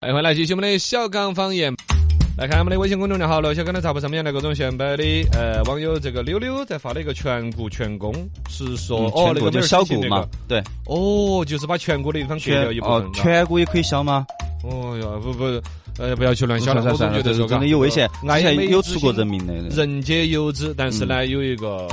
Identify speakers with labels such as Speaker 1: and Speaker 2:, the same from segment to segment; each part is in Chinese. Speaker 1: 来，回来继续我们的小港方言。来看我们的微信公众号“楼小刚的茶铺”上面那各种炫摆的呃网友这个溜溜在发了一个颧骨颧弓，是说、
Speaker 2: 嗯
Speaker 1: 哦
Speaker 2: 颧
Speaker 1: 那
Speaker 2: 骨
Speaker 1: 个没
Speaker 2: 就是
Speaker 1: 有
Speaker 2: 小
Speaker 1: 事情
Speaker 2: 骨
Speaker 1: 那
Speaker 2: 嘛
Speaker 1: 个，
Speaker 2: 对，
Speaker 1: 哦就是把颧骨的地方去掉一
Speaker 2: 颧
Speaker 1: 部
Speaker 2: 哦
Speaker 1: 分。
Speaker 2: 颧骨也可以削吗？
Speaker 1: 哦哟不不呃不要去乱想
Speaker 2: 算
Speaker 1: 了，
Speaker 2: 了
Speaker 1: 我
Speaker 2: 嗯算
Speaker 1: 总
Speaker 2: 了，
Speaker 1: 觉得
Speaker 2: 这
Speaker 1: 说
Speaker 2: 是真
Speaker 1: 嘎
Speaker 2: 的有危险，
Speaker 1: 爱
Speaker 2: 之
Speaker 1: 美
Speaker 2: 前有
Speaker 1: 之
Speaker 2: 出过
Speaker 1: 心
Speaker 2: 人命的。
Speaker 1: 人皆有之，但是
Speaker 2: 嗯
Speaker 1: 呢，有一个。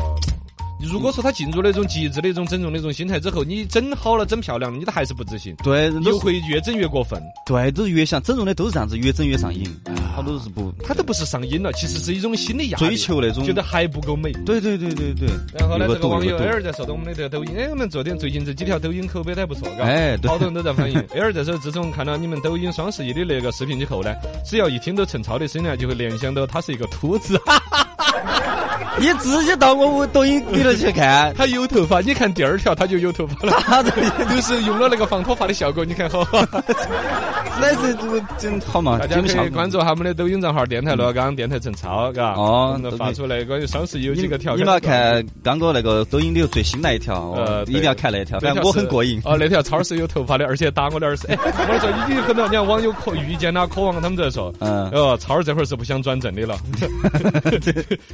Speaker 1: 如果说他进入那种极致的一种整容的一种心态之后，你整好了整漂亮，你都还是不自信，
Speaker 2: 对，人
Speaker 1: 又
Speaker 2: 都是
Speaker 1: 会越整越过分。
Speaker 2: 对，都是越想整容的都是这样子，越整越上瘾，好多都是不，
Speaker 1: 嗯他都不是上瘾了，其实是一种心理压力，
Speaker 2: 追求那种
Speaker 1: 觉得还不够美。
Speaker 2: 对对对对对，
Speaker 1: 然后呢，这
Speaker 2: 有个
Speaker 1: 个
Speaker 2: 度
Speaker 1: 网友
Speaker 2: 有个
Speaker 1: L 在说的我们的这个抖音，哎，我们昨天最近这几条抖音口碑都还不错，嘎。
Speaker 2: 哎，对
Speaker 1: 好，多人都在 反映。L 在说，自从看到你们抖音双十一的那个视频之后呢，只要一听到陈超的声音呢，啊就会联想到他是一个秃 子，，
Speaker 2: 你自己到我我抖音里头去看
Speaker 1: 他有头发。你看第二条，他就有头 发了，
Speaker 2: 啥子？
Speaker 1: 就是用了那个防脱发的效果，你看好。
Speaker 2: 那是这个真好嘛
Speaker 1: 大，家
Speaker 2: 节目效
Speaker 1: 可以
Speaker 2: 果
Speaker 1: 关注下我们的抖音账号“电台罗刚电台陈超”，嘎。我
Speaker 2: 哦
Speaker 1: 们
Speaker 2: 都可以
Speaker 1: 发出来关于双十一有
Speaker 2: 你
Speaker 1: 几个条。
Speaker 2: 你们要看刚哥那个抖音里头最新那一条，
Speaker 1: 呃
Speaker 2: 哦一
Speaker 1: 对
Speaker 2: 定要看那一条，
Speaker 1: 那
Speaker 2: 反
Speaker 1: 条
Speaker 2: 正我
Speaker 1: 是
Speaker 2: 很过 瘾。
Speaker 1: 哦，那条超是有头发的，而且打我的耳屎。哎，我说已经很多，你看网友可遇见啦，渴望他们在说。
Speaker 2: 嗯，
Speaker 1: 哦，超儿这会儿是不想转正的了，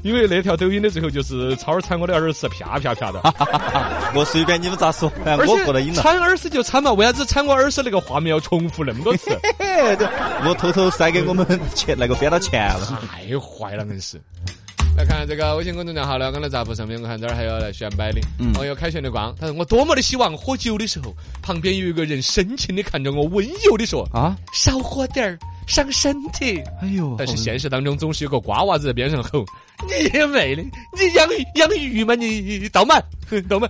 Speaker 1: 因为那条抖音的最后就是超儿铲我的耳屎，啪啪啪的，
Speaker 2: 啊我随便你们咋说，反
Speaker 1: 而
Speaker 2: 正我过了瘾
Speaker 1: 且
Speaker 2: 了。
Speaker 1: 铲耳屎就铲嘛，为啥子铲我耳屎那个画面要重复那么多次？
Speaker 2: 嘿哎对我偷偷塞给我们钱那个编到钱了。
Speaker 1: 太坏了，硬是。来看这个微信公众号了，刚才杂铺上面我看这儿还有来选摆的，网友凯旋的光，他说我多么的希望喝酒的时候，旁边有一个人深情的看着我，温柔的说
Speaker 2: 啊，
Speaker 1: 少喝点儿，伤身体。
Speaker 2: 哎呦
Speaker 1: 但是现实当中总是有个瓜娃子在边上吼：“ 你也美了，你养养鱼嘛，你倒慢， 倒慢。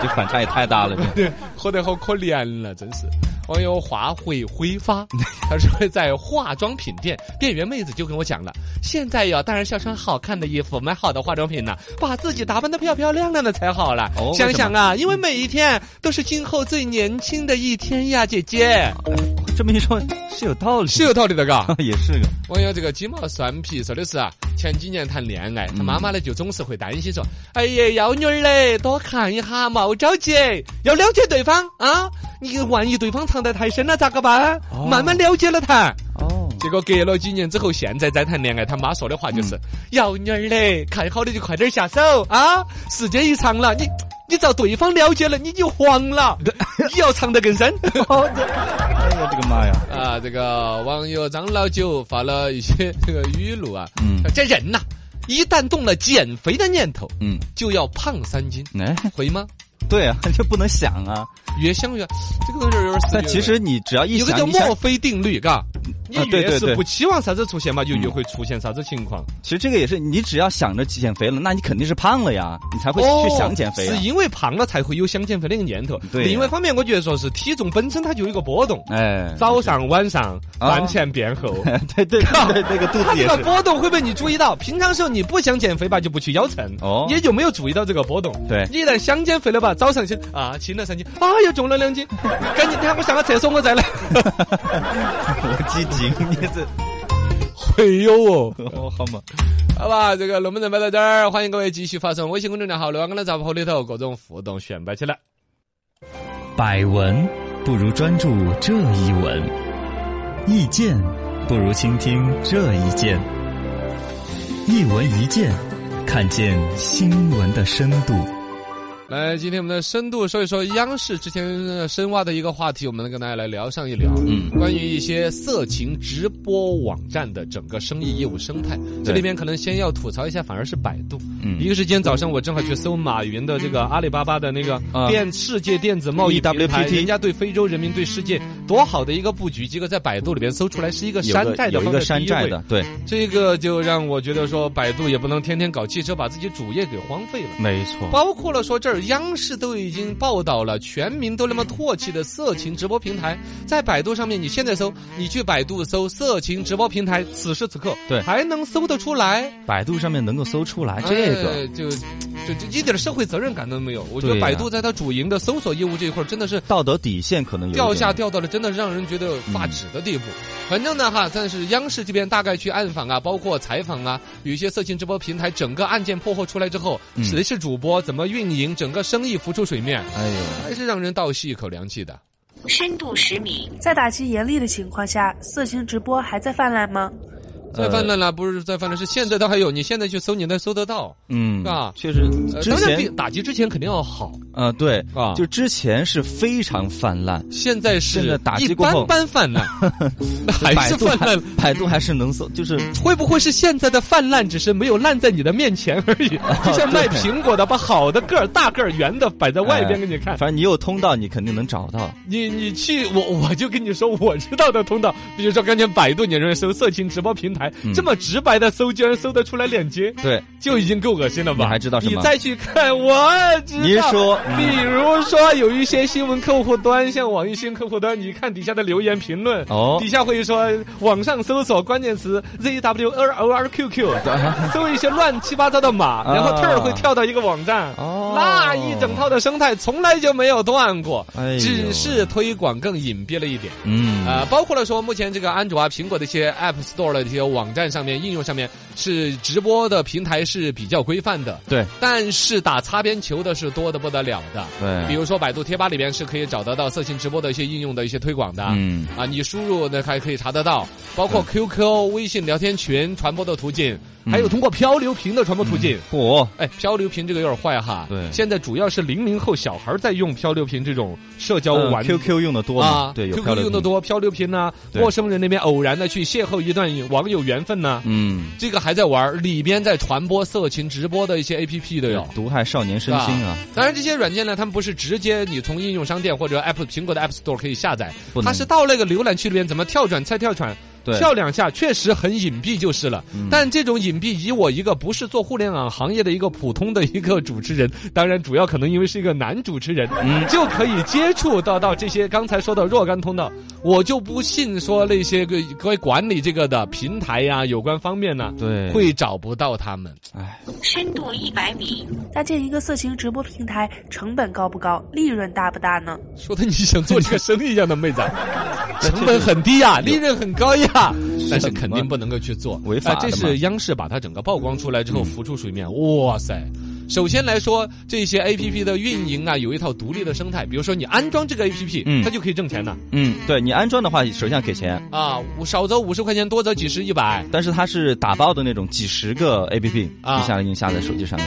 Speaker 2: 这反差也太大了，这”
Speaker 1: 喝得好可怜了，真是。网友华会挥发， 他说在化妆品店，店员妹子就跟我讲了，现在呀，当然是要穿好看的衣服，买好的化妆品了，把自己打扮的漂漂亮亮的才好了。
Speaker 2: 哦为什
Speaker 1: 想
Speaker 2: 么
Speaker 1: 想啊，因为每一天都是今后最年轻的一天呀，姐姐
Speaker 2: 这么一说是有道理，
Speaker 1: 哦是有道理的，嘎。
Speaker 2: 也是个
Speaker 1: 网友这个鸡毛蒜皮说的是啊，前几年谈恋爱，他妈妈呢就总是会担心说：“哎呀，幺女儿嘞，多看一下嘛，莫着急，要了解对方啊，你万一对方藏得太深了咋个办？
Speaker 2: 哦
Speaker 1: 慢慢了解了谈。”
Speaker 2: 哦。
Speaker 1: 结果隔了几年之后，现在再谈恋爱，他妈说的话就是：“幺女儿嘞，看好的就快点下手啊，时间一长了，你你遭对方了解了，你就黄了，你要藏得更深。”
Speaker 2: 好的，哎呀，这个妈呀！
Speaker 1: 啊，这个网友张老九发了一些这个语录啊，
Speaker 2: 嗯
Speaker 1: 这人呐，一旦动了减肥的念头，
Speaker 2: 嗯，
Speaker 1: 就要胖三斤，
Speaker 2: 哎，
Speaker 1: 会吗？
Speaker 2: 对啊， 这不能想啊。
Speaker 1: 越想越，这个东西有点儿死
Speaker 2: 但
Speaker 1: 越
Speaker 2: 其实你只要一
Speaker 1: 有个
Speaker 2: 想，
Speaker 1: 叫
Speaker 2: 你想
Speaker 1: 墨，菲定律，嘎，你
Speaker 2: 啊对
Speaker 1: 越
Speaker 2: 对
Speaker 1: 是
Speaker 2: 对嗯
Speaker 1: 不期望啥子出现嘛，就越会出现啥子情况。
Speaker 2: 其实这个也是，你只要想着减肥了，那你肯定是胖了 呀，你啊才会
Speaker 1: 哦，
Speaker 2: 去想减肥啊
Speaker 1: 是。因为胖了才会有想减肥的那个念头。
Speaker 2: 对呀啊
Speaker 1: 另外一方面，我觉得说是体重本身它就有一个波动，
Speaker 2: 哎，
Speaker 1: 早上晚上
Speaker 2: 啊
Speaker 1: 饭前便后。
Speaker 2: 对对对，那个肚
Speaker 1: 它
Speaker 2: 子
Speaker 1: 这
Speaker 2: 也
Speaker 1: 个
Speaker 2: 是。
Speaker 1: 波动会被你注意到，平常时候你不想减肥吧，就不去腰秤，
Speaker 2: 哦
Speaker 1: 也就没有注意到这个波动。
Speaker 2: 对
Speaker 1: 你一旦想减肥了吧，早上先啊轻了三斤，啊又重了两斤，赶紧等下我上个厕所我再来。
Speaker 2: 我激进，你这
Speaker 1: 会有哦，
Speaker 2: 哦好嘛？
Speaker 1: 好吧，这个龙门阵摆到这儿，欢迎各位继续发送微信公众号“刘安刚的杂货铺”里头各种互动选摆起来。
Speaker 3: 百闻不如专注这一闻，意见不如倾听这一见。一闻一见，看见新闻的深度。
Speaker 1: 来，今天我们的深度说一说央视之前呃深挖的一个话题，我们跟大家来聊上一聊，嗯，关于一些色情直播网站的整个生意业务生态。这里面可能先要吐槽一下，反而是百度，嗯，一个是今天早上我正好去搜马云的这个阿里巴巴的那个
Speaker 2: 嗯啊 E
Speaker 1: 电世界电子贸易平台
Speaker 2: EWPT
Speaker 1: 人家对非洲人民对世界多好的一个布局，结果在百度里边搜出来是一个
Speaker 2: 有
Speaker 1: 山
Speaker 2: 个
Speaker 1: 寨的
Speaker 2: 有一
Speaker 1: 放
Speaker 2: 个
Speaker 1: 在
Speaker 2: 山
Speaker 1: 第一
Speaker 2: 寨
Speaker 1: 位
Speaker 2: 的，，对，
Speaker 1: 这个就让我觉得说百度也不能天天搞汽车，把自己主业给荒废了。
Speaker 2: 没错
Speaker 1: 包括了说这儿央视都已经报道了，全民都那么唾弃的色情直播平台，在百度上面，你现在搜，你去百度搜色情直播平台，此时此刻
Speaker 2: 对
Speaker 1: 还能搜得出来，
Speaker 2: 百度上面能够搜出来啊这个
Speaker 1: 哎就就就一点社会责任感都没有。我觉得
Speaker 2: 对呀
Speaker 1: 百度在它主营的搜索业务这一块儿真的是
Speaker 2: 道德底线可能有一点嗯
Speaker 1: 掉下掉到了真的是让人觉得发指的地步。反正呢哈，但是央视这边大概去暗访啊，包括采访啊，有一些色情直播平台，整个案件破获出来之后，
Speaker 2: 嗯
Speaker 1: 谁是主播，怎么运营，整个生意浮出水面，
Speaker 2: 哎呦，
Speaker 1: 还是让人倒吸一口凉气的。
Speaker 4: 深度十米，
Speaker 5: 在打击严厉的情况下，色情直播还在泛滥吗？
Speaker 1: 再
Speaker 2: 呃
Speaker 1: 泛滥了，不是再泛滥，是现在都还有，你现在去搜，你能搜得到。
Speaker 2: 嗯
Speaker 1: 啊
Speaker 2: 确实
Speaker 1: 呃，
Speaker 2: 之
Speaker 1: 当然比
Speaker 2: 前
Speaker 1: 打击之前肯定要好，
Speaker 2: 啊，对
Speaker 1: 啊
Speaker 2: 就之前是非常泛滥，
Speaker 1: 现在是
Speaker 2: 现在打击
Speaker 1: 一
Speaker 2: 过后
Speaker 1: 般般 泛滥，还
Speaker 2: 百
Speaker 1: 是
Speaker 2: 度
Speaker 1: 泛滥。
Speaker 2: 百度还是能搜，就是
Speaker 1: 会不会是现在的泛滥只是没有烂在你的面前而 已？
Speaker 2: 啊
Speaker 1: 就像卖苹果的，把好的个儿、大个儿、圆的摆在外边给你看。
Speaker 2: 反正你有通道，你肯定能找到。
Speaker 1: 你你去我我就跟你说，我知道的通道，比如说刚才百度，你说搜色情直播平台，
Speaker 2: 嗯
Speaker 1: 这么直白的搜，居然搜得出来链接，
Speaker 2: 对，
Speaker 1: 就已经够恶心了吧？
Speaker 2: 你还知道什么
Speaker 1: 你再去看，我知道。
Speaker 2: 你说嗯
Speaker 1: 比如说有一些新闻客户端，像网易新客户端，你看底下的留言评论，
Speaker 2: 哦
Speaker 1: 底下会说网上搜索关键词 zw r o r q q，搜 一些乱七八糟的码，然后
Speaker 2: 啊
Speaker 1: 特儿会跳到一个网站，
Speaker 2: 哦
Speaker 1: 那一整套的生态从来就没有断过，
Speaker 2: 哎呦
Speaker 1: 只是推广更隐蔽了一点。
Speaker 2: 嗯
Speaker 1: 啊、包括了说，目前这个安卓啊、苹果的一些 App Store 的一些网站上面、应用上面，是直播的平台是比较规范的，
Speaker 2: 对
Speaker 1: 但是打擦边球的是多的不得了的。
Speaker 2: 对，
Speaker 1: 比如说百度贴吧里边是可以找得到色情直播的一些应用的一些推广的。
Speaker 2: 嗯
Speaker 1: 啊，你输入呢还可以查得到，包括 QQ、微信聊天群传播的途径，
Speaker 2: 嗯
Speaker 1: 还有通过漂流瓶的传播途径。
Speaker 2: 火
Speaker 1: 哎，漂流瓶这个有点坏哈。
Speaker 2: 嗯对
Speaker 1: 现在主要是零零后小孩儿在用漂流瓶这种社交
Speaker 2: 呃
Speaker 1: 玩具
Speaker 2: QQ 用的多嘛？对，有漂
Speaker 1: QQ
Speaker 2: 流
Speaker 1: 啊用的
Speaker 2: 瓶，
Speaker 1: 多，漂流瓶呐、
Speaker 2: 对
Speaker 1: 陌生人那边偶然的去邂逅一段网友缘分呐、
Speaker 2: 嗯，
Speaker 1: 这个还在玩儿，里边在传播色情直播的一些 A P P 都有。
Speaker 2: 毒害少年身心啊！
Speaker 1: 当然，这些软件呢，他们不是直接你从应用商店或者 App 苹果的 App Store 可以下载
Speaker 2: 不，能
Speaker 1: 它是到那个浏览器里面怎么跳转再跳转，
Speaker 2: 对，
Speaker 1: 跳两下确实很隐蔽就是了。
Speaker 2: 嗯
Speaker 1: 但这种隐蔽，以我一个不是做互联网行业的一个普通的一个主持人，当然主要可能因为是一个男主持人，
Speaker 2: 嗯
Speaker 1: 就可以接触到到这些刚才说的若干通道。我就不信说那些个关于管理这个的平台呀、有关方面呢、
Speaker 2: 对，
Speaker 1: 会找不到他们。
Speaker 2: 哎，
Speaker 4: 深度一百米，
Speaker 5: 搭建一个色情直播平台成本高不高？利润大不大呢？
Speaker 1: 说的你想做这个生意一样的妹子，啊 成本很低呀，利润很高呀，但是肯定不能够去做，
Speaker 2: 违法
Speaker 1: 啊这
Speaker 2: 的嘛嗯
Speaker 1: 是央视把它整个曝光出来之后浮出水面，哇塞！首先来说，这些 A P P 的运营啊，有一套独立的生态。比如说，你安装这个 A P P，、
Speaker 2: 嗯
Speaker 1: 它就可以挣钱了
Speaker 2: 嗯，对你安装的话，首先要给钱，
Speaker 1: 啊，我少则五十块钱，多则几十、一百。
Speaker 2: 但是它是打包的那种几十个 APP，
Speaker 1: 啊
Speaker 2: 一下已经下在手机上面。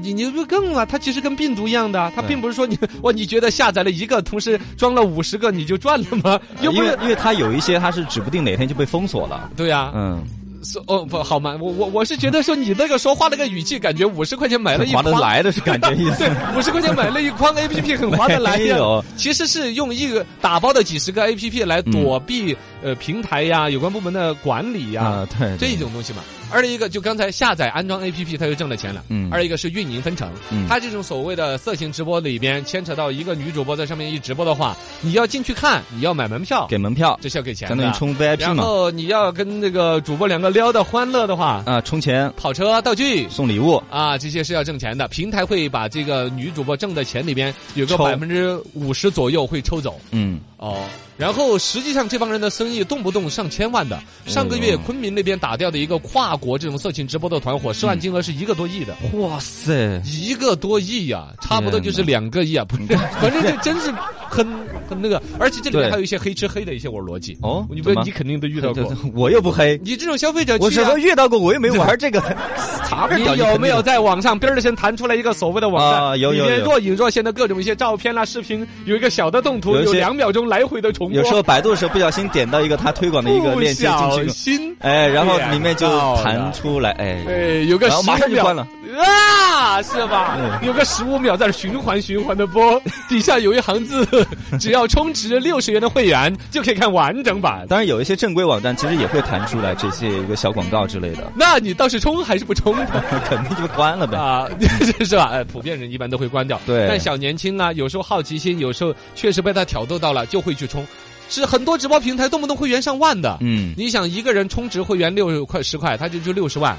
Speaker 1: 你你不更了？它其实跟病毒一样的，它
Speaker 2: 对
Speaker 1: 并不是说你哇，你觉得下载了一个，同时装了五十个你就赚了吗？又
Speaker 2: 呃因
Speaker 1: 不
Speaker 2: 为
Speaker 1: 是。
Speaker 2: 因为它有一些它是指不定哪天就被封锁了。
Speaker 1: 对呀、
Speaker 2: 嗯，
Speaker 1: 说哦不好嘛，我我我是觉得说你那个说话那个语气，感觉五十块钱买了一
Speaker 2: 划
Speaker 1: 筐，
Speaker 2: 得来的是感觉意思
Speaker 1: 对。，五十块钱买了一筐 A P P 很划得来
Speaker 2: 没
Speaker 1: 呀
Speaker 2: 有。
Speaker 1: 其实是用一个打包的几十个 A P P 来躲
Speaker 2: 嗯
Speaker 1: 避、呃平台呀、有关部门的管理呀、
Speaker 2: 啊，对，
Speaker 1: 这
Speaker 2: 对
Speaker 1: 种东西嘛。二一个就刚才下载安装 A P P，它就挣了钱了。
Speaker 2: 嗯
Speaker 1: 二一个是运营分成，
Speaker 2: 嗯
Speaker 1: 它这种所谓的色情直播里边牵扯到一个女主播在上面一直播的话，你要进去看，你要买门票，
Speaker 2: 给门票，
Speaker 1: 这是要给钱的。
Speaker 2: 相当于充 VIP
Speaker 1: 然
Speaker 2: 嘛，
Speaker 1: 后你要跟那个主播两个撩的欢乐的话，
Speaker 2: 啊，充钱
Speaker 1: 跑车、道具
Speaker 2: 送礼物，
Speaker 1: 啊，这些是要挣钱的。平台会把这个女主播挣的钱里边有个
Speaker 2: 抽
Speaker 1: 百分之五十左右会抽走
Speaker 2: 嗯，
Speaker 1: 哦。然后实际上这帮人的生意动不动上千万的。上个
Speaker 2: 嗯
Speaker 1: 月昆明那边打掉的一个跨国这种色情直播的团伙，涉案金额是一个多亿的。
Speaker 2: 哇塞，
Speaker 1: 一个多亿呀、差不多就是两个亿啊，
Speaker 2: 嗯
Speaker 1: 不是， 反正这真是很很那个，而且这里面
Speaker 2: 对
Speaker 1: 还有一些黑吃黑的一些我逻辑
Speaker 2: 哦
Speaker 1: 你不
Speaker 2: 怎么
Speaker 1: 你肯定都遇到过，
Speaker 2: 我又不黑，
Speaker 1: 你这种消费者
Speaker 2: 我
Speaker 1: 去
Speaker 2: 什
Speaker 1: 啊
Speaker 2: 么遇到过？我又没玩这个，查不
Speaker 1: 你
Speaker 2: 了。
Speaker 1: 有没有在网上边儿的先弹出来一个所谓的网站？
Speaker 2: 啊有有
Speaker 1: 里面
Speaker 2: 有
Speaker 1: 若隐若现的各种一些照片啦、啊视频，有一个小的动图，
Speaker 2: 有一
Speaker 1: 有
Speaker 2: 些
Speaker 1: 两秒钟来回的重播。
Speaker 2: 有时候百度的时候不小心点到一个他推广的一个
Speaker 1: 不
Speaker 2: 链接
Speaker 1: 小
Speaker 2: 进去，
Speaker 1: 心，
Speaker 2: 哎，然后里面就弹
Speaker 1: 点
Speaker 2: 出来，哎，
Speaker 1: 哎，有个
Speaker 2: 然后马上
Speaker 1: 15
Speaker 2: 就
Speaker 1: 秒
Speaker 2: 关了
Speaker 1: 啊，是吧？
Speaker 2: 嗯
Speaker 1: 有个十五秒在那循环循环的 播，底下有一行字，只要充值六十元的会员就可以看完整版。
Speaker 2: 当然有一些正规网站其实也会弹出来这些一个小广告之类的，
Speaker 1: 那你倒是充还是不充呢？
Speaker 2: 肯定就关了呗。
Speaker 1: 啊， 是吧？哎，普遍人一般都会关掉。
Speaker 2: 对
Speaker 1: 但小年轻啊，有时候好奇心，有时候确实被他挑逗到了，就会去充。是很多直播平台动不动会员上万的。
Speaker 2: 嗯，
Speaker 1: 你想一个人充值会员六块十块，他就就六十万，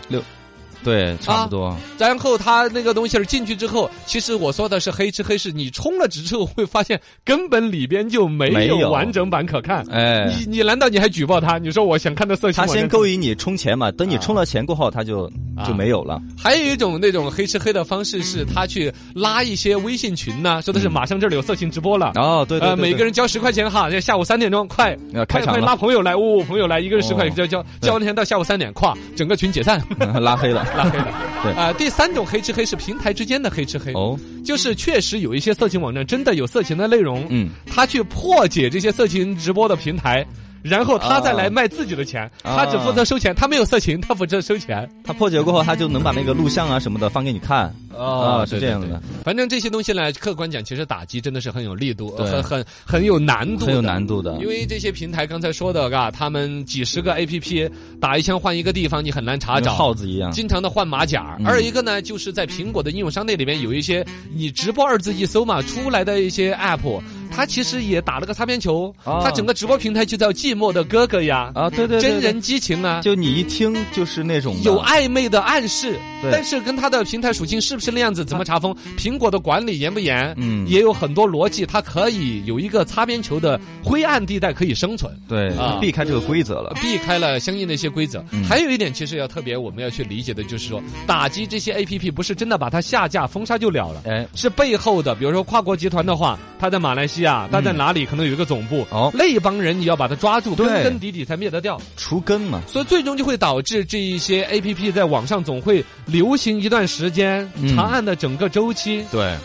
Speaker 2: 对，差不多。
Speaker 1: 然后他那个东西儿进去之后，其实我说的是黑吃黑是，你充了值之后会发现根本里边就没
Speaker 2: 没
Speaker 1: 有
Speaker 2: 有
Speaker 1: 完整版可看。
Speaker 2: 哎，
Speaker 1: 你你难道你还举报他？你说我想看的色情
Speaker 2: 他
Speaker 1: 网站，
Speaker 2: 先勾引你充钱嘛，等你充了钱过后，他就
Speaker 1: 啊
Speaker 2: 就没有了。
Speaker 1: 还有一种那种黑吃黑的方式
Speaker 2: 嗯
Speaker 1: 是，他去拉一些微信群呐、说的是马上这里有色情直播了。
Speaker 2: 哦，对对
Speaker 1: 呃，
Speaker 2: 对
Speaker 1: 每
Speaker 2: 对
Speaker 1: 个人交十块钱哈，这下午三点钟快
Speaker 2: 要开
Speaker 1: 快
Speaker 2: 场
Speaker 1: 快
Speaker 2: 了
Speaker 1: 拉朋友来，呜、朋友来，一个人十块
Speaker 2: 哦
Speaker 1: 交交交完钱到下午三点，咵，整个群解散，
Speaker 2: 拉黑了，
Speaker 1: 拉黑了。
Speaker 2: 对
Speaker 1: 啊、第三种黑吃黑是平台之间的黑吃黑，
Speaker 2: 哦，
Speaker 1: 就是确实有一些色情网站真的有色情的内容，
Speaker 2: 嗯，
Speaker 1: 他去破解这些色情直播的平台。然后他再来卖自己的钱，
Speaker 2: 啊
Speaker 1: 他只负责收钱，他没有色情，他负责收钱。
Speaker 2: 他破解过后，他就能把那个录像啊什么的放给你看。
Speaker 1: 哦
Speaker 2: 啊是这样的。
Speaker 1: 对对对反正这些东西呢，客观讲，其实打击真的是很有力度，
Speaker 2: 对
Speaker 1: 很很很有难度，
Speaker 2: 很有难度的
Speaker 1: 因为这些平台刚才说的，嘎，他们几十
Speaker 2: 嗯
Speaker 1: 个 A P P 打一枪换一个地方，你很难查
Speaker 2: 跟
Speaker 1: 找。
Speaker 2: 耗子一样，
Speaker 1: 经常的换马甲，
Speaker 2: 嗯
Speaker 1: 二一个呢，就是在苹果的应用商店里面有一些你直播二字一搜嘛出来的一些 app，它其实也打了个擦边球，
Speaker 2: 啊
Speaker 1: 它整个直播平台就叫寂寞的哥哥呀，
Speaker 2: 啊，对对对，
Speaker 1: 真
Speaker 2: 对
Speaker 1: 人激情啊，
Speaker 2: 就你一听就是那种的
Speaker 1: 有暧昧的暗示，
Speaker 2: 对啊
Speaker 1: 但是跟它的平台属性是不是那样子，怎么查封？苹果的管理严不严？
Speaker 2: 嗯
Speaker 1: 也有很多逻辑，它可以有一个擦边球的灰暗地带可以生存。
Speaker 2: 对
Speaker 1: 啊
Speaker 2: 避开这个规则了。
Speaker 1: 避开了相应的一些规则。
Speaker 2: 嗯
Speaker 1: 还有一点，其实要特别我们要去理解的，就是说打击这些 A P P 不是真的把它下架封杀就了了。
Speaker 2: 哎，
Speaker 1: 是背后的，比如说跨国集团的话，它在马来西亚，它在哪里可能有一个总部，
Speaker 2: 哦
Speaker 1: 那一帮人你要把它抓住，根
Speaker 2: 对
Speaker 1: 根底底才灭得掉。
Speaker 2: 除根嘛，
Speaker 1: 所以最终就会导致这一些 A P P 在网上总会流行一段时间，
Speaker 2: 嗯
Speaker 1: 长按的整个周期，
Speaker 2: 对，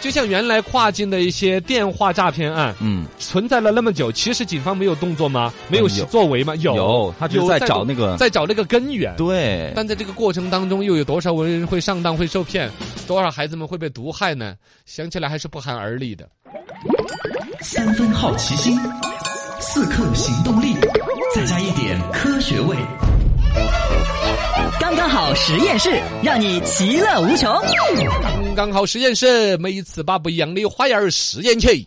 Speaker 1: 就像原来跨境的一些电话诈骗案，
Speaker 2: 嗯，
Speaker 1: 存在了那么久，其实警方没有动作吗？没有
Speaker 2: 嗯有
Speaker 1: 作为吗？有，
Speaker 2: 有他只是
Speaker 1: 有
Speaker 2: 在找那个
Speaker 1: 在找那个根源。
Speaker 2: 对，
Speaker 1: 但在这个过程当中，又有多少人会上当、会受骗，多少孩子们会被毒害呢？想起来还是不寒而栗的。
Speaker 3: 三分好奇心，四克行动力，再加一点科学味。
Speaker 6: 刚刚好实验室，让你其乐无穷。
Speaker 1: 刚刚好实验室，每次把不一样的花样儿实验起。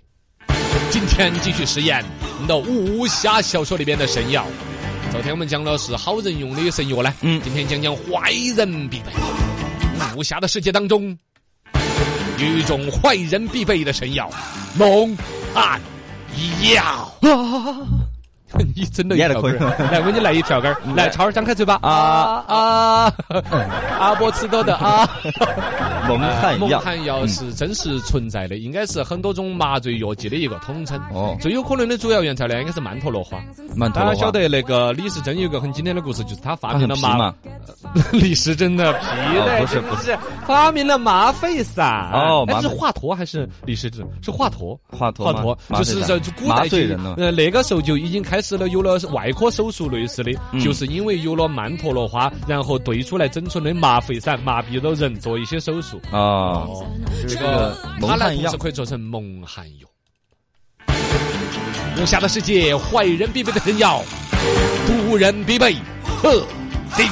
Speaker 1: 今天继续实验我们的武侠小说里边的神药。昨天我们讲了是好人用的神药呢，嗯
Speaker 2: 嗯，
Speaker 1: 今天讲讲坏人必备。武侠的世界当中，有一种坏人必备的神药——龙汉药。你真的有
Speaker 2: 咽了
Speaker 1: 条根儿
Speaker 2: 亏
Speaker 1: 来，我给你来一条根儿来，超儿张开嘴巴啊
Speaker 2: 啊，
Speaker 1: 啊！阿波吃多的啊！
Speaker 2: 蒙
Speaker 1: 呃
Speaker 2: 汗
Speaker 1: 蒙
Speaker 2: 药，
Speaker 1: 汗药是真实存在的，应该是很多种麻醉药剂的一个统称。
Speaker 2: 哦
Speaker 1: 最有可能的主要原材料应该是曼陀罗花。
Speaker 2: 曼
Speaker 1: 大
Speaker 2: 陀
Speaker 1: 家
Speaker 2: 罗
Speaker 1: 晓
Speaker 2: 花，
Speaker 1: 得那个李时珍有一个很经典的故事，就是他发
Speaker 2: 他
Speaker 1: 明
Speaker 2: 很
Speaker 1: 了
Speaker 2: 皮
Speaker 1: 麻
Speaker 2: 嘛，
Speaker 1: 李时珍的皮的，
Speaker 2: 哦不是
Speaker 1: 真的是发明了麻沸散。
Speaker 2: 哦
Speaker 1: 哎
Speaker 2: 麻
Speaker 1: 是
Speaker 2: 沸
Speaker 1: 华佗还是李时珍？是华佗。
Speaker 2: 华佗
Speaker 1: 华
Speaker 2: 吗
Speaker 1: 佗
Speaker 2: 麻
Speaker 1: 就是
Speaker 2: 醉
Speaker 1: 在
Speaker 2: 的
Speaker 1: 古
Speaker 2: 麻
Speaker 1: 代
Speaker 2: 醉
Speaker 1: 就
Speaker 2: 人呢，
Speaker 1: 呃，那个时候就已经开始了，有了外科手术类似的，
Speaker 2: 嗯
Speaker 1: 就是因为有了曼陀罗花，然后对出来整出的麻沸散，麻痹了人做一些手术。
Speaker 2: 啊，
Speaker 1: 这
Speaker 2: 个蒙
Speaker 1: 它呢
Speaker 2: 汗
Speaker 1: 同
Speaker 2: 药
Speaker 1: 时可以做成蒙汗药。武侠的世界，坏人必备的神药，毒人必备鹤顶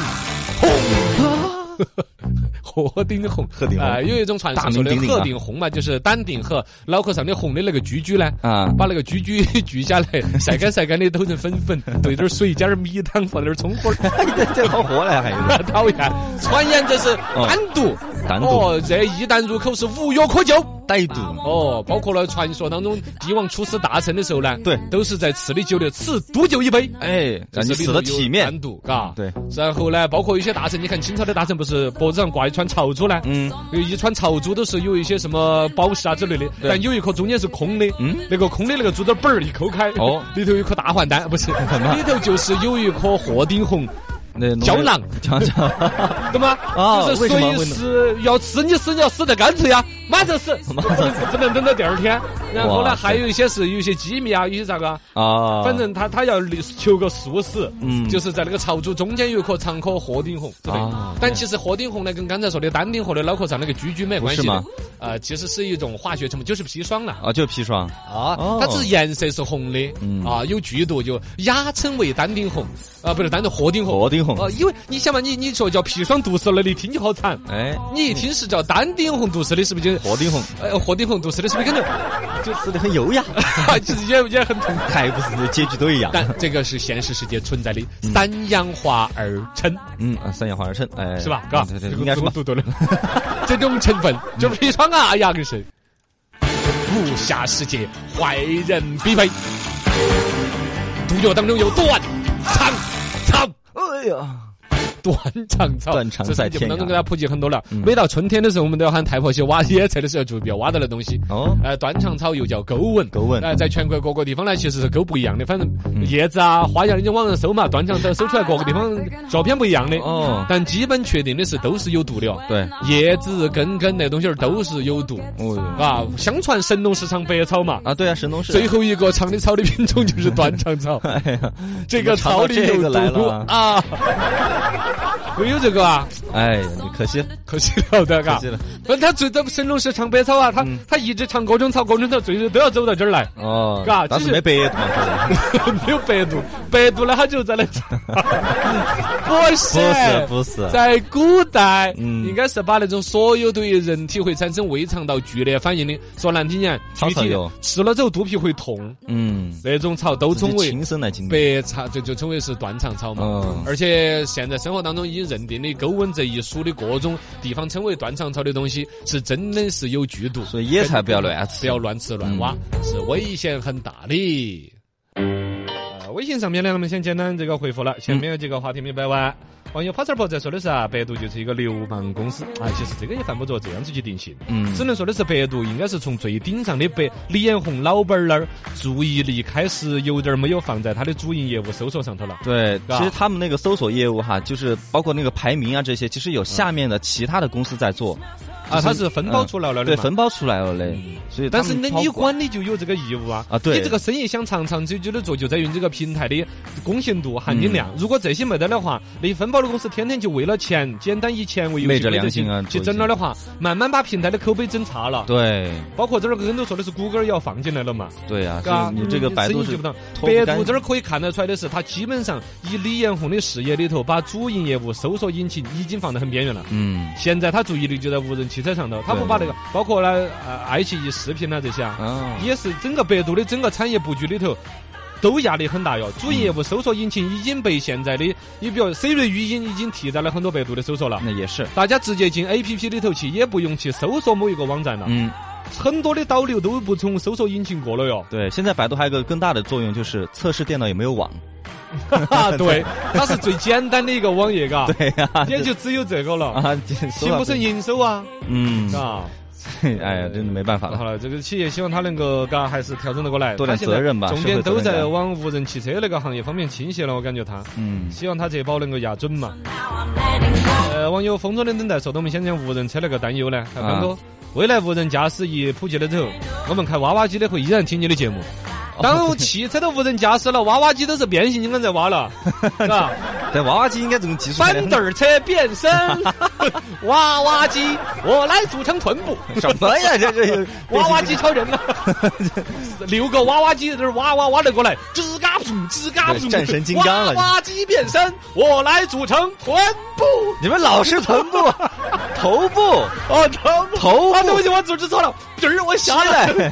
Speaker 1: 红。鹤顶红，
Speaker 2: 鹤顶红
Speaker 1: 啊，有一种传
Speaker 2: 大
Speaker 1: 说说
Speaker 2: 名
Speaker 1: 的
Speaker 2: 鼎鼎
Speaker 1: 鹤
Speaker 2: 啊
Speaker 1: 顶红嘛，就是丹顶鹤脑壳上的红的那个居居呢，
Speaker 2: 啊
Speaker 1: 把那个居 居锯下来，晒干晒干的，抖成粉 粉，兑点儿水，加点儿米汤，放点儿葱花儿，
Speaker 2: 这好活了还有点，
Speaker 1: 讨厌。传言这是
Speaker 2: 哦
Speaker 1: 单独，
Speaker 2: 单独
Speaker 1: 哦，这一旦入口是无药可救。
Speaker 2: 歹毒，
Speaker 1: 哦，包括了传说当中帝王出使大臣的时候呢，
Speaker 2: 对
Speaker 1: 都是在吃的酒里吃毒酒一杯。
Speaker 2: 哎，
Speaker 1: 这
Speaker 2: 让
Speaker 1: 是
Speaker 2: 你死的体面嗯
Speaker 1: 单，独，嘎，
Speaker 2: 对。
Speaker 1: 然后呢，包括一些大臣，你看清朝的大臣不是脖子上挂一串朝珠呢？
Speaker 2: 嗯，
Speaker 1: 一串朝珠都是有一些什么宝石啊之类的，
Speaker 2: 对
Speaker 1: 但有一颗中间是空的，
Speaker 2: 嗯
Speaker 1: 那个空的那个珠子本儿一抠开，
Speaker 2: 哦
Speaker 1: 里头有一颗大还丹，不 是，里头就是有一颗鹤顶红，
Speaker 2: 那农
Speaker 1: 胶
Speaker 2: 业
Speaker 1: 囊，
Speaker 2: 胶囊，
Speaker 1: 懂吗？
Speaker 2: 啊
Speaker 1: 就是
Speaker 2: 为
Speaker 1: 所
Speaker 2: 什么会
Speaker 1: 以
Speaker 2: 呢
Speaker 1: 是要吃你死，你要死得干脆呀，马上 死，不能不能等到第二天。然后呢，
Speaker 2: 哇
Speaker 1: 还有一些是有一些机密啊，有些啥个啊，
Speaker 2: 啊，
Speaker 1: 反正他他要立求个素食，
Speaker 2: 嗯
Speaker 1: 就是在那个朝珠中间有一颗长颗鹤顶红，对不对
Speaker 2: 啊？
Speaker 1: 但其实鹤顶红呢，跟刚才说的丹顶鹤的脑壳上那个居居没关系
Speaker 2: 不是
Speaker 1: 的
Speaker 2: 吗，
Speaker 1: 呃，其实是一种化学成分，就是砒霜了。
Speaker 2: 啊，就是砒霜，
Speaker 1: 啊
Speaker 2: 哦，
Speaker 1: 它只是颜色是红的
Speaker 2: 嗯，
Speaker 1: 啊，有剧毒，就雅称为丹顶红，啊，不是丹顶鹤顶红，
Speaker 2: 鹤 顶红
Speaker 1: 啊，因为你想嘛，你你说叫砒霜毒死了，你听就好惨，
Speaker 2: 哎，
Speaker 1: 你一听是叫丹顶红毒死的，是不是就？
Speaker 2: 鹤顶红，
Speaker 1: 呃，鹤顶红毒死的是不是跟 啊
Speaker 2: 就死的很优雅，
Speaker 1: 着，其实也也很痛。
Speaker 2: 还不是结局都一样。
Speaker 1: 但这个是现实世界存在的三氧化二砷，
Speaker 2: 嗯，啊三氧化二砷，哎，
Speaker 1: 是吧？嘎，
Speaker 2: 对
Speaker 1: 这
Speaker 2: 对，
Speaker 1: 个
Speaker 2: 应该是吧？
Speaker 1: 读对了。这种成分就是砒霜啊，哎呀，硬是。武侠世界坏人必备，毒药当中有短、长、草。
Speaker 2: 哎呀，
Speaker 1: 断肠草，
Speaker 2: 断肠
Speaker 1: 这
Speaker 2: 在
Speaker 1: 我们
Speaker 2: 天
Speaker 1: 能够
Speaker 2: 涯嗯
Speaker 1: 给它普及很多了。每到春天的时候，我们都要喊太婆去挖野菜的时候注意不要挖到的东西。
Speaker 2: 哦，
Speaker 1: 呃，断肠草又叫钩吻，
Speaker 2: 狗吻
Speaker 1: 呃，在全国各个地方呢，其实是钩不一样的，反
Speaker 2: 嗯
Speaker 1: 正叶子啊、花样，你就网上搜嘛，断肠草搜出来各个地方照片不一样的。
Speaker 2: 哦
Speaker 1: 但基本确定的是都是有毒的哦。
Speaker 2: 对，
Speaker 1: 叶子、根根那东西儿都是有毒。
Speaker 2: 哦哟
Speaker 1: 啊，相传神农氏尝百草嘛，
Speaker 2: 啊，对啊，神农氏，
Speaker 1: 最后一个尝的草的品种就是断肠 草，
Speaker 2: 哎呀，
Speaker 1: 这个
Speaker 2: 怎
Speaker 1: 草
Speaker 2: 么尝到
Speaker 1: 里
Speaker 2: 这
Speaker 1: 有
Speaker 2: 个
Speaker 1: 毒
Speaker 2: 来了啊，
Speaker 1: 啊，没有这个啊，
Speaker 2: 哎呀，你可惜了，
Speaker 1: 可惜了的，
Speaker 2: 可
Speaker 1: 嘎
Speaker 2: 惜。了，，
Speaker 1: 反正他最早神农氏尝百草啊，他他一直尝各种草，各种草，最后都要走到这儿来
Speaker 2: 哦
Speaker 1: 嘎，
Speaker 2: 当
Speaker 1: 这
Speaker 2: 时
Speaker 1: 是
Speaker 2: 没白嘛，
Speaker 1: 没有百度，百度了他就再来尝， 不是
Speaker 2: 不是不是，
Speaker 1: 在古代，
Speaker 2: 嗯
Speaker 1: 应该是把那种所有对于人体会产生胃肠道剧烈反应的，说难听点，
Speaker 2: 草
Speaker 1: 具
Speaker 2: 草
Speaker 1: 体
Speaker 2: 药
Speaker 1: 吃了之后肚皮会痛，
Speaker 2: 嗯，
Speaker 1: 那种草都
Speaker 2: 自
Speaker 1: 称
Speaker 2: 己
Speaker 1: 为
Speaker 2: 亲身来经历，
Speaker 1: 百草，就就称为是断肠草嘛。
Speaker 2: 嗯
Speaker 1: 而且现在生活当中已经认定的钩吻这一属的各种地方称为断肠草的东西，是真的是有剧毒，
Speaker 2: 所以野菜不要乱吃嗯
Speaker 1: 不要乱吃乱挖，是危险很大的。呃微信上面呢，我们先简单这个回复了，前面有几个话题没摆完。网友 p a s s e r 婆在说的是啊，百度就是一个流氓公司啊，其实这个也犯不着这样子去定性，
Speaker 2: 嗯
Speaker 1: 只能说的是百度应该是从最顶上的白李彦宏老板儿那儿注意力开始有点儿没有放在他的主营业务搜索上头了。
Speaker 2: 对，
Speaker 1: 吧
Speaker 2: 其实他们那个搜索业务哈，就是包括那个排名啊这些，其实有下面的其他的公司在做，
Speaker 1: 啊，
Speaker 2: 就
Speaker 1: 它是分包出来了的
Speaker 2: 嗯对，
Speaker 1: 嘛。
Speaker 2: 分包出来了嘞。所以他
Speaker 1: 但
Speaker 2: 们
Speaker 1: 是那
Speaker 2: 超
Speaker 1: 你
Speaker 2: 管
Speaker 1: 管理就有这个义务啊！
Speaker 2: 啊对
Speaker 1: 你这个生意想长长久久的做，就在于你这个平台的公信度、含金
Speaker 2: 嗯
Speaker 1: 量。如果这些没得的话，你分包的公司天天就为了钱，简单以钱为游戏
Speaker 2: 昧着良
Speaker 1: 规则去
Speaker 2: 心啊
Speaker 1: 去
Speaker 2: 做一
Speaker 1: 整
Speaker 2: 些
Speaker 1: 了的话，慢慢把平台的口碑整差了。
Speaker 2: 对
Speaker 1: 包括这儿跟都说的是谷歌要放进来了嘛，
Speaker 2: 对啊，
Speaker 1: 嘎
Speaker 2: 所以你这个百度
Speaker 1: 生意嗯
Speaker 2: 是
Speaker 1: 就不当。
Speaker 2: 脱不
Speaker 1: 百
Speaker 2: 干
Speaker 1: 度这儿可以看得出来的是，它基本上以李彦宏的事业里头，把主营业务搜索引擎已经放得很边缘了。
Speaker 2: 嗯
Speaker 1: 现在他注意力就在无人汽车上头，他不
Speaker 2: 对
Speaker 1: 把那个包括呢，呃，爱奇艺视频啊这些啊，
Speaker 2: 啊，
Speaker 1: 也是整个百度的整个产业布局里头。都压力很大哟，主营
Speaker 2: 嗯
Speaker 1: 业务搜索引擎已经被现在的，你比如 Siri 语音已经替代了很多百度的搜索了，
Speaker 2: 那也是
Speaker 1: 大家直接进 APP 里头去，也不用去搜索某一个网站了，
Speaker 2: 嗯。
Speaker 1: 很多的导流都不从搜索引擎过了哟
Speaker 2: 对。现在百度还有一个更大的作用就是测试电脑有没有网。
Speaker 1: 啊，对，它是最简单的一个网页，嘎，
Speaker 2: 对呀
Speaker 1: 也就只有这个了，
Speaker 2: 啊，
Speaker 1: 起不成营收啊，
Speaker 2: 嗯，
Speaker 1: 啊。
Speaker 2: 哎呀，真的没办法
Speaker 1: 好
Speaker 2: 了。
Speaker 1: 了，这个企业希望他能够嘎还是调整得过来，
Speaker 2: 多点责任吧
Speaker 1: 他现在重点都
Speaker 2: 社会责任
Speaker 1: 在
Speaker 2: 感
Speaker 1: 往无人汽车那个行业方面倾斜了，我感觉他。
Speaker 2: 嗯，
Speaker 1: 希望他这包能够压准嘛。呃，网友风中的等待说的我们先讲无人车那个担忧
Speaker 2: 啊
Speaker 1: 呢，还潘哥，未来无人驾驶一普及了之后，我们开挖挖机的会依然听你的节 目。
Speaker 2: 哦
Speaker 1: 当汽车都无人驾驶了，挖挖机都是变形金刚在挖 了，是吧？
Speaker 2: 但娃娃机应该这种技术还
Speaker 1: 翻斗儿车变身，挖挖机，我来组成臀部。
Speaker 2: 什么呀？这这
Speaker 1: 挖挖机超人啊！六个娃娃机在这儿哇哇哇的过来，吱嘎噗，吱嘎
Speaker 2: 对
Speaker 1: 噗，
Speaker 2: 战神金刚了
Speaker 1: 娃娃机变身，我来组成臀部。
Speaker 2: 你们老是臀 部、头部、
Speaker 1: 哦，头部，
Speaker 2: 头
Speaker 1: 啊，对不
Speaker 2: 部
Speaker 1: 起，我组织错了，这儿我瞎
Speaker 2: 下
Speaker 1: 了，
Speaker 2: 来，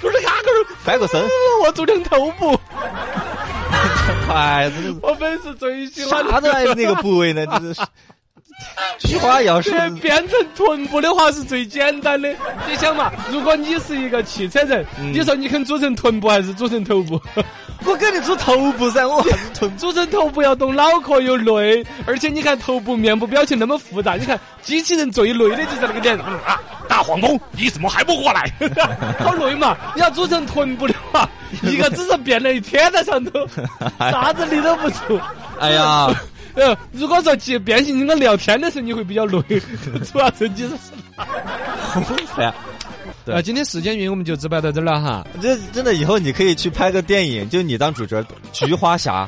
Speaker 1: 不是嘎嘎，
Speaker 2: 翻过身，
Speaker 1: 我组成头部，
Speaker 2: 哎，这是
Speaker 1: 我们是最喜欢
Speaker 2: 啥子来那个部位呢？ 这是菊花要是
Speaker 1: 这变成臀部的话是最简单的。你想嘛，如果你是一个汽车人，你说你肯组成臀部还是组成头部？
Speaker 2: 我跟你说头部噻，我还是臀部。
Speaker 1: 主持人头部要动脑壳又累，而且你看头部面部表情那么复杂，你看机器人最累的就是那个脸、嗯啊！大黄蜂，你怎么还不过来？ 好累嘛！你要组成臀部的 话，一个只是变了一天在上 头，啥子力都不出。
Speaker 2: 哎呀，
Speaker 1: 呃，如果说去变形金刚聊天的时候，你会比较累， 主要是你是。
Speaker 2: 哎呀，对
Speaker 1: 啊，今天时间原因我们就只摆到这儿了哈。
Speaker 2: 这真的以后你可以去拍个电影，就你当主角，《菊花侠》